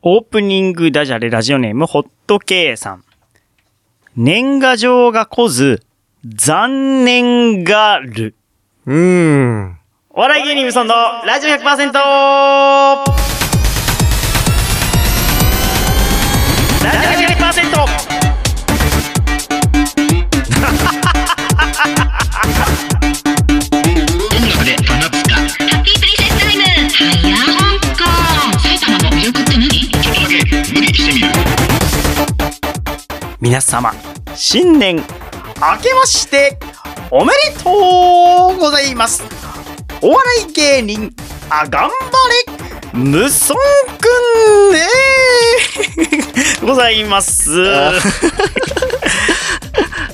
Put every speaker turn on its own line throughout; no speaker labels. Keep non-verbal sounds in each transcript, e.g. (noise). オープニングダジャレラジオネーム、ホットケイさん。年賀状が来ず、残念がる。
うーん。
お笑い芸人無尊のラジオ 100%! ラジオ 100%!
音楽で放つかハッピープリンセスタイムはや香港埼玉の魅力って何ちょっとだけ無理してみる
皆様、新年、明けまして、おめでとうございますお笑い芸人、あ、頑張れ無尊くんで (laughs) ございます。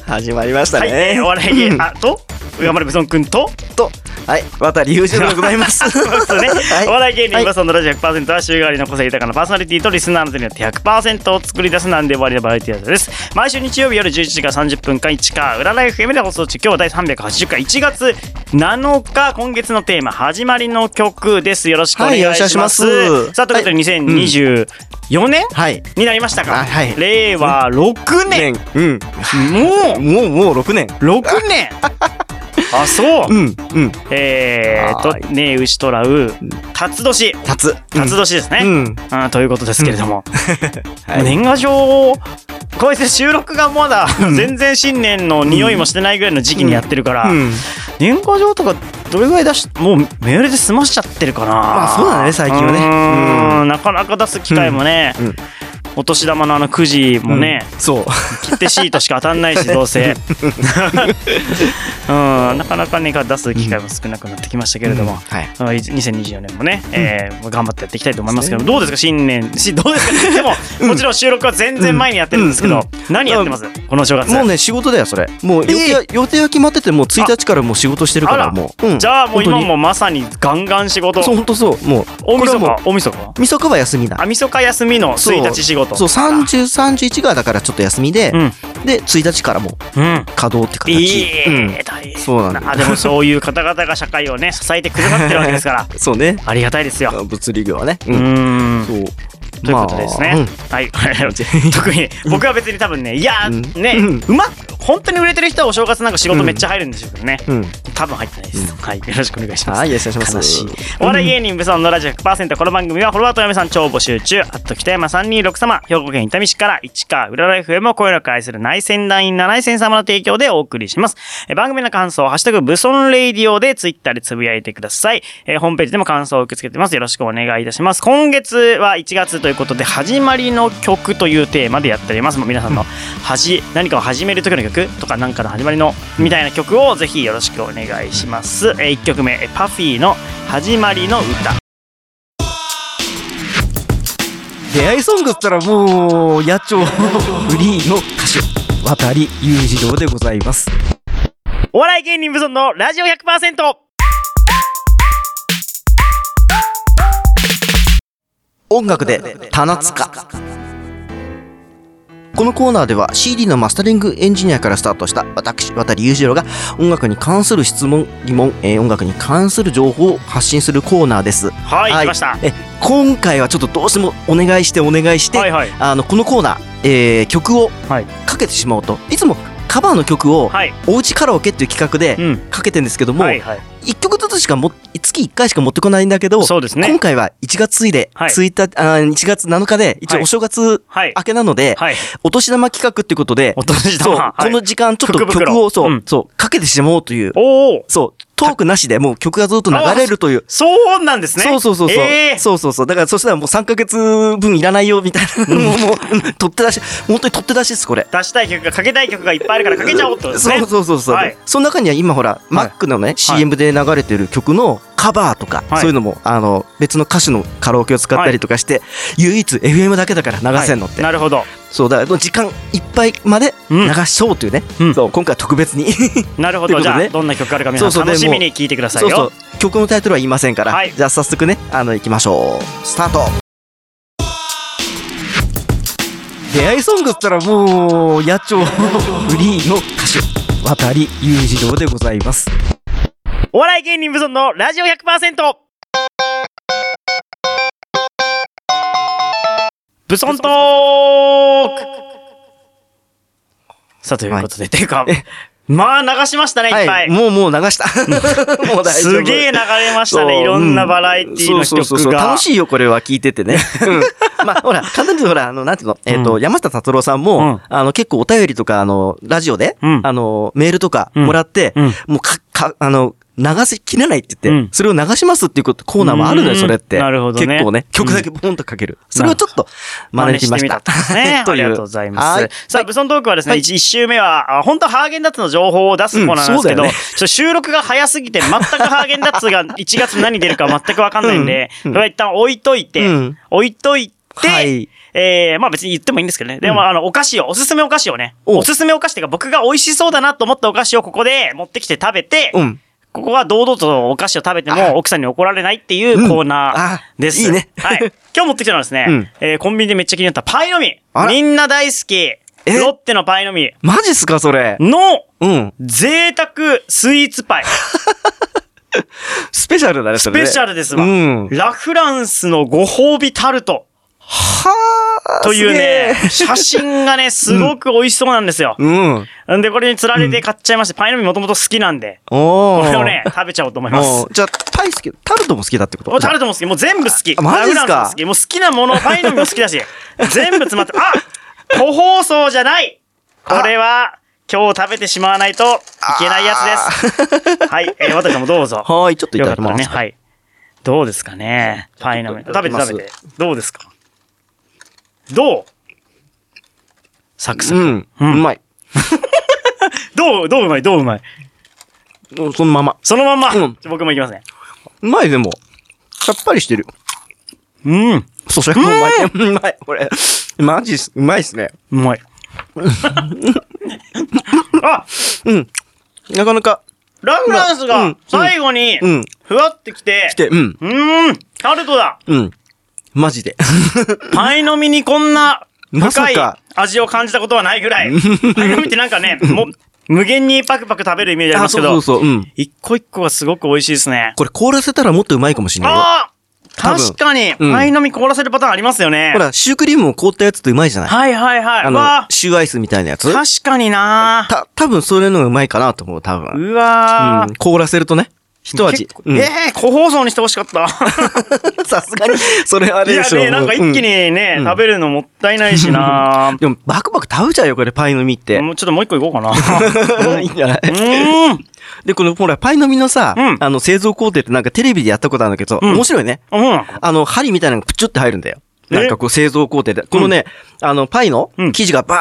始まりました
はい、え
ね。
ーお笑い芸人、あ、と、頑張れ無尊くんと、
と、はい、渡り裕次郎でござい
(laughs)
ます。
そうですね。お
は
笑い芸人、今さんのラジオ100%は週替わりの個性豊かなパーソナリティとリスナーの手によって100%を作り出すなんで終わりのバラエティーです。毎週日曜日夜11時から30分間1か、占い FM で放送中、今日は第380回1月7日、今月のテーマ、始まりの曲です。よろしくお願いします。
はいよろしくお願いします
さあ、ということで2024年、
はい。
になりましたか、
あはい
令和6年、
年、うん。
もう
もう、もう6年。
6年あ、そう、
うん、うん。
えーと
は、
ねえ、牛とらう、辰年。
たつ。
辰年ですね。
うん。
あーということですけれども、
はい
年賀状をこうやって収録がまだ全然新年の匂いもしてないぐらいの時期にやってるから、
うん。
年賀状とかどれぐらい出しもうメールで済ましちゃってるかな、
あそうだね最近はね
うー
うん
なかなか出す機会もね、
うんうん
お年玉のあのくじもね、
うん。そう。
切手シートしか当たんない
(laughs)
しどうせ (laughs) うんなかなかね出す機会も少なくなってきましたけれども、
うん (laughs) はい。
あのい2024年もね、えー頑張ってやっていきたいと思いますけど、どうですか新年 (laughs) しどうですかでも、もちろん収録は全然前にやってるんですけど、
うん
何やってます、この正月
もうね、仕事だよ、それ。もう予定は、予定は決まってて、もう1日からもう仕事してるか
あら
ら、もう。うん
じゃあもう今
本当に
もまさにガンガン仕事
そう、本当そう。もう、
大
これ
晦日
はもう
か大晦日か
みそかは休みだ
あ。晦日休みの
そう
1日仕事
そう、30、31がだからちょっと休みで
う、ん
で、1日からもう
うん
稼働って
い
形。
い、
うん。
大変
そうなんだ
あでもそういう方々が社会をね支えてくださってるわけですから
(laughs) そうね。
ありがたいですよ
物理業はね。
う
うん。
ん
そう。
ということでですね、
まあうん
はい (laughs) 特に僕は別に多分ねいやー、
うん
ね、
うん
うま本当に売れてる人はお正月なんか仕事めっちゃ入るんでしょうけどね、
うん。
多分入ってないです、はいよろしくお願いします、
はい、よろしくお願いしま
悲し
す
い。お笑い芸人武装のラジオ100%この番組はフォロワーとお嫁さん超募集中あっと北山326様兵庫県伊丹市から市川浦ライフ M を声の愛する内戦団員7戦様の提供でお送りしますえ番組の感想ハッシュタグ武装レイディオでツイッターでつぶやいてくださいえホームページでも感想を受け付けてますよろしくお願いいたします今月は1月ということで始まりの曲というテーマでやっておりますもう皆さんの始何かを始める時の曲とか何かの始まりのみたいな曲をぜひよろしくお願いしますえ1曲目え Puffy の始まりの歌
出会いソングっつったらもう野鳥 (laughs) フリーの歌手渡り裕次郎でございます
お笑い芸人無尊のラジオ 100%!
音楽で棚塚このコーナーでは CD のマスタリングエンジニアからスタートした私渡り裕次郎が音楽に関する質問疑問、えー音楽に関する情報を発信するコーナーです
はい、来ました。
え今回はちょっとどうしてもお願いしてお願いして、
はいはい。
あのこのコーナー、えー曲を
はい
かけてしまおうと、いつもカバーの曲を
はい。
おうちカラオケっていう企画で
うん。
かけてんですけども、
はいはい。
一曲ずつしかも月一回しか持ってこないんだけど、
そうです
今
ね。
回は1月1で、
はい
1日あー1月7日で一
は
応
い
お正月
はい。
明けなので、
はい。
お年玉企画っていうことで
お、年
そう、
玉。はい
この時間ちょっと
福
曲
袋
をそう、
うん
そうかけてしまおうという、
おお。
そうトークなしでもう曲がずっと流れるという。
そうなんですね。
そうそうそうそう、
えー
そうそうそうだからそしたらもう3ヶ月分いらないよみたいなもうも
(laughs)
う取って出し本当に取って出しですこれ
出したい曲がかけたい曲がいっぱいあるからかけちゃおうってことですね。
そうそうそうそう、
はい
その中には今ほら、Mac のね CM で流れてる曲のカバーとか、
はい
そういうのもあの別の歌手のカラオケを使ったりとかして、唯一 FM だけだから流せんのって、
なるほど。
そうだから時間いっぱいまで
うん
流しちゃおうというね、
うん
そう今回は特別に
なるほ
という
ど。じ
こと
ゃ
で
あ、どんな曲があるか皆さ
そ
ん
うそうで
楽しみ
も
に聞いてください
そうそ
よ
う。曲のタイトルは言いませんから、
はい
じゃあ早速ねあの行きましょうスタート出会いソングっつったらもう野
(laughs)
鳥フリーの歌手渡り裕次郎でございます
お笑い芸人無尊のラジオ 100%! ブソントークさあ、ということで、ていうか、まあ流しましたね、いっぱい。
もうもう流
(laughs)
した。もう大丈夫。
すげえ流れました
そう
ね、いろんなバラエティの
そうそうそう
曲
そう
が。
楽しいよ、これは聞いて
(laughs)
てね。うんまあ、ほら、簡単に言うとほら、あの、なんていうの、えっ、と、
う
山下達郎さん
う
も
ん、
あの、結構お便りとか、あの、ラジオで、
うん
あの、メールとか
うん
もらって、
うん
もうか、か、あの、流せきれないって言って、
うん
それを流しますっていうこと、コーナーもあるのよ、
うん
それって。
なるほどね
結構ね、曲だけポンとかける。それをちょっと、真
真
似
似
て
し
みま
て
し
み
た
た。
(laughs)
ね。ありがとうございま
は
す。さあ、ブソントークはですね、
はい
1周目は、あ本当はハーゲンダッツの情報を出すコーナーなんですけど、
うんそうだよね
ちょっと収録が早すぎて、全くハーゲンダッ
(laughs)
ツが1月何出るか全くわかんないんで、
うんうん
それは一旦置いといて、
うん
置いといて、
はい
えー、まあ別に言ってもいいんですけどね。でも、あの、お菓子を、おすすめお菓子をね、
お
おすすめお菓子っていうか、僕が美味しそうだなと思ったお菓子をここで持ってきて食べて、
うん。
ここは堂々とお菓子を食べて
あ
も奥さんに怒られないっていうコーナーです。
うんあいいね
はい。
(laughs)
今日持ってきたのはですね、
うん
えーコンビニでめっちゃ気になったパイの実
あら。
みんな大好き。ロッテのパイの実
マジっすか、それ。
の
うん。
贅沢スイーツパイ。
スペシャルだね、 (laughs) そ
ス
れね。
ペシャルですわ。
うん。
ラフランスのご褒美タルト
はあ。
というね (laughs)
す、
写真が
(laughs)
ね、すごく美味しそうなんですよ。
げえうん。
んで、これに釣られて買っちゃいまして、パイの実もともと好きなんで、
お
こ
ー
れをね、食べちゃおうと思います
も。うじゃあ、パイ好き、タルトも好きだってこと
もうタルトも好き。もう全部好き。
あマジっすか
ラフランスも好き。もう好きなも
(laughs)
の、パイの実も好きだし。全部詰まって、あ個包装じゃないこれは、今日食べてしまわないといけないやつです。はい。えー、私もどうぞ。
はーい、ちょっとい
よ
た
かったら
だきま
ね。
す。
はい。どうですかねパイの実。
ちょっと
食
い
べて
ただきます
食べて。どうですかどうサクサ
う
ク。
ん、う
うん
まい。
どうどううまいどううまい
うんそのまま。
そのまんま、
うん
僕もいきますね。
うまい、でも。さっぱりしてる。
うん。う
そしゃくもうまい。うまい、これ。マジっす、うまいっすね。
ま
(laughs)
い。あ
うん。なかなか、
ラフランス
う
が
ん
最後に
うん、
ふわってきて
来、て、うん、
うーん、タルトだ。
うん。マジで。
パイの実にこんな
まさ
深い
か
味を感じたことはないぐらい。パイの実ってなんか
(laughs)
ね、もう無限にパクパク食べるイメージあります
そ
け
うそ
ど
う、そう、うん。
一個一個がすごく美味しいですね。
これ凍らせたらもっとうまいかもしれないよ。
あー
多分
確かに、
うん
パイの実凍らせるパターンありますよね
ほ。ら、シュークリームを凍ったやつとうまいじゃない
はいはいは
あ
い。
の
わ、
シューアイスみたいなやつ
ー確かになー
た、多分それのがうまいかなと思う、多分。
うわー
うん。凍らせるとね。一味
結。構
うん
ええ、 (laughs) 個包装にしてほしかった。
さすがに、 (laughs) それあ
い
れで
や
しょ。
ね、なんか一気に
うん
ね、
うん
食べるのもったいないしな
でも、バクバク食べちゃうよ、これ、パイの実って。
もうちょっともう一個いこうか
(laughs)
な。う
いいんじゃない
ーん。
で、この、ほら、パイの実のさ、
うん
あの、製造工程ってなんかテレビでやったことあるんだけど、
うん
面白いね。
あ、そうなの
あの、針みたいなのがプチュって入るんだよ。
え
なんかこう製造工程で。このね、あの、パイの
うん
生地がバ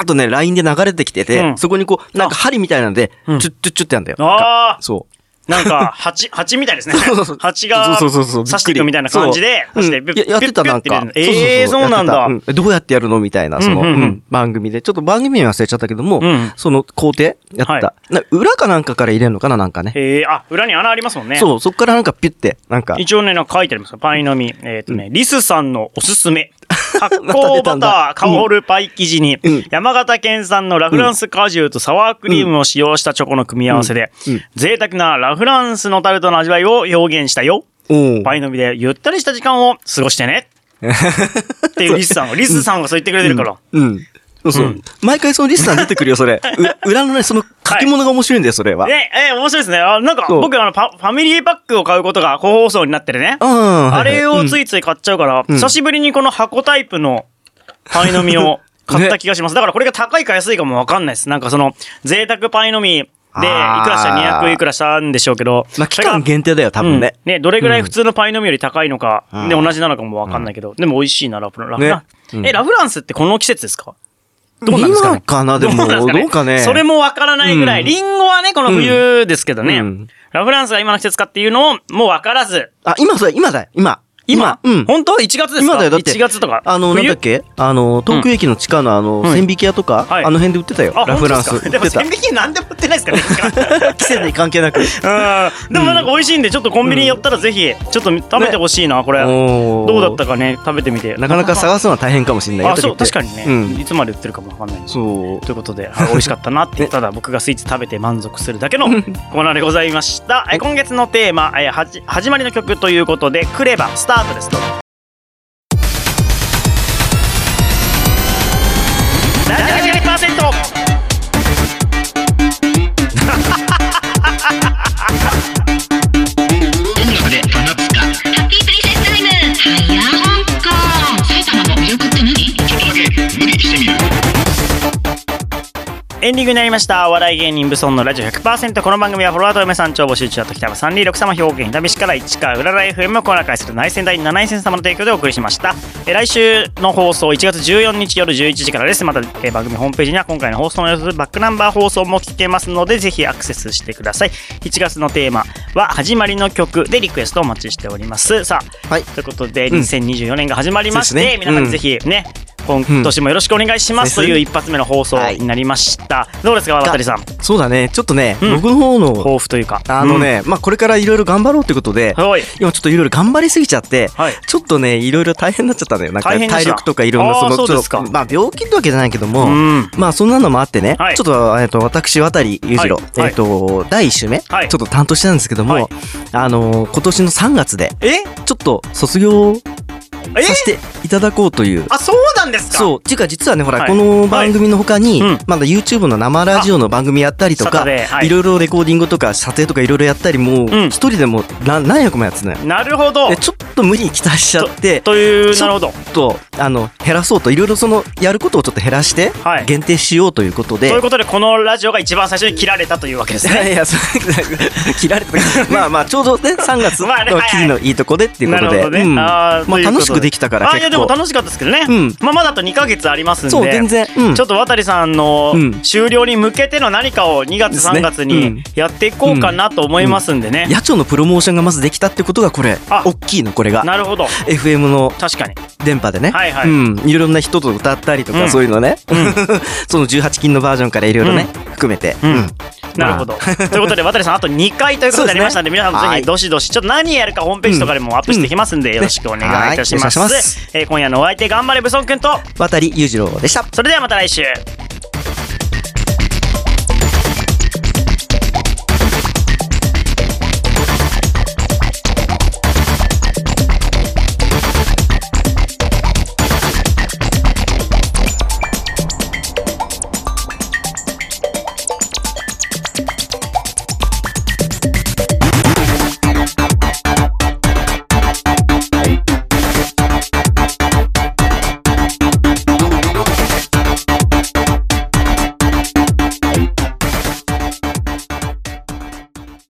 ーっとね、ラインで流れてきてて、
うん
そこにこう、なんか針みたいなので、チ
う
ュ
ん
ッチュッチュッってやるんだよ。
あ
そう。
ーなんか、蜂、蜂みたいですね。
そうそうそう
蜂が、
そうそうそうそう
刺していくみたいな感じで、
うん
刺して、
ややってたなんか。
ええ、そうなんだ
や。ってたうんどうやってやるのみたいな、その、
うんうんうん
うん番組で。ちょっと番組名忘れちゃったけども、
うん
その工程やった、
はい
な裏かなんかから入れるのかななんかね。
ええ、あ、裏に穴ありますもんね。
そう、そっからなんかピュって、なんか。
一応ね、なんか書いてありますよパイの実。えっ、とね、リスさんのおすすめ。発
(laughs) また出
酵
た
バ
んだ
ター香るパイ生地に、
うん
山形県産のラフランス果汁とサワークリームを使用したチョコの組み合わせで、
うんうん
贅沢なラフランスのタルトの味わいを表現したよ。
うん。
パイの実でゆったりした時間を過ごして
(laughs)
ね。っていうリスさんを、リスさんがそう言ってくれてるから。
うん。そうそう。
うん
毎回そのリスさん出てくる
(laughs)
よ、それ。う裏のね、その書き物が面白いんだよ、それは。
ねえー面白いですね。あなんか、
そう
僕、あの、パファミリーパックを買うことが個包装になってるね。
うんはいはい
あれをつ
うん
いつい買っちゃうから、
うん
久しぶりにこの箱タイプのパイの
(laughs)
実を買った気がします。だからこれが高いか安いかもわかんないです。なんかその、贅沢パイの実で、いく
あー
らした200いくらしたんでしょうけど。
まあ、期間
それが
限定だよ、多
う
分
ん
ね
ね。。どれぐらい普通のパイの実より高いのか、
うん
で、同じなのかもわかんないけど、でも美味しいな、ラフララフランス。
ね
え、ラフランスってこの季節ですかどうなんですかね
今かな、でも。
なん
どうかね。
それもわからないぐらい。
うん
リンゴはね、この冬ですけどね。
うん
ラフランスが今の季節かっていうのを、もうわからず。
あ、今それ、今だよ、今。
今、
うん。
本当 ?1 月ですか
今だよだって
?1 月とか。
あの、なん
冬
だっけあの、東京駅の地下のあの、
ん
千匹屋とか、
はい
あの辺で売ってたよ。
あ、
ラフランス。
本当
売
(laughs) で
っ
すかで
てた
も、。千匹なんでも売ってないですかね (laughs)
季節に関係なく。
うん。でもなんか美味しいんで、ちょっとコンビニ寄ったらぜひ、ちょっと食べてほしいな、これ。
おー
どうだったかね、食べてみて。
なかなか探すのは大変かもしれないよ
あ、そう、
だっ
確
て
かにね、
うん。
いつまで売ってるかもわかんないんで
そう。
ということで、あ美味しかったなって、
ね
ただ僕がスイーツ食べて満足するだけのコーナーでございました。え今月のテーマえはじ、始まりの曲ということで、クレバスタートです。どうぞエンディングになりました。お笑い芸人ブソンのラジオ100%。この番組はフォロワーと嫁さん超募集中だと北山326様表現旅市から市川裏ラ FM をコーナー会する内戦第7戦様の提供でお送りしました。えー来週の放送1月14日夜11時からです。また、えー番組ホームページには今回の放送の様子、バックナンバー放送も聞けますので、ぜひアクセスしてください。1月のテーマは始まりの曲でリクエストお待ちしております。さあ、
はい
ということで
うん
2024年が始まりまして、
そうですね
皆さんぜひね、今年もよろしくお願いしますと
うん
い
で
う
す
一発目の放送になりました、どうですか渡さん
そうだね、ちょっとね、
うん
僕の方の、
抱負というか
あの、ね、まあこれからいろいろ頑張ろうってことで
う、んはい
今ちょっといろいろ頑張りすぎちゃって、
はい
ちょっとね、いろいろ大変になっちゃったんだよ。なんか
大変でした
体力とかいろんな、
あー
その、
そうです
ちょ
か
っとまあ病気ってわけじゃないけども、
うん
まあそんなのもあってね、
はい
ちょっと、えっと、私、渡り裕次郎、
はい
えっと、第1週目、
はい
ちょっと担当してたんですけども、
はい
あのー今年の3月で、
え
ちょっと卒業
え
させていただこうという。
あそうなんですか
そう。っていうか、実はね、ほら、
はい
この番組の他に、
はいうん
まだ YouTube の生ラジオの番組やったりと
あサタ
か、
デーはい
いろいろレコーディングとか、撮影とかいろいろやったり、もう、
ん
一人でもな何役もやってたのよ。
なるほど
でちょっと無理に期待しちゃってち
という
ちょ
なるほど
ょっとあの減らそうといろいろそのやることをちょっと減らして
はい
限定しようということで、
ということでこのラジオが一番最初に切られたというわけです
い (laughs) や
ね
いや、そう切られた時。
(laughs)
まあまあ、ちょうどね、3月
まあね
の記事のいいとこでっていう
な
こ
る
と
ほ
で。
どね、
うん
あーと
まあ
いうこと
楽しくできたか
あ
ら
いや
結
でも
構。
楽しかったですけどね、
うん
まあ、まだあと2ヶ月ありますんで
そう、全然。うん
ちょっと渡さんの
うん
終了に向けての何かを2月
ですね
3月
うん
にやっていこうかなと思いますんでね、
野鳥のプロモーションがまずできたってことがこれ、
あ
大きいの、これが。
なるほど
FM の
確かに
電波でね、
はいはい
うん、いろんな人と歌ったりとか、
うん
そういうのね、 (laughs) その18禁のバージョンからいろいろね、含めて、
うん
うん
なるほど。ということで、渡さん、あと2回ということになりましたので、皆さんも
は
ぜ
い
ひ、どしどし、ちょっと何やるかホームページとかでもアップしていきますんで、よろしくお願いいたしま。
はいお願いします
えー今夜のお相手、頑張れ、ブソン君と、
渡り裕次郎でした。
それではまた来週。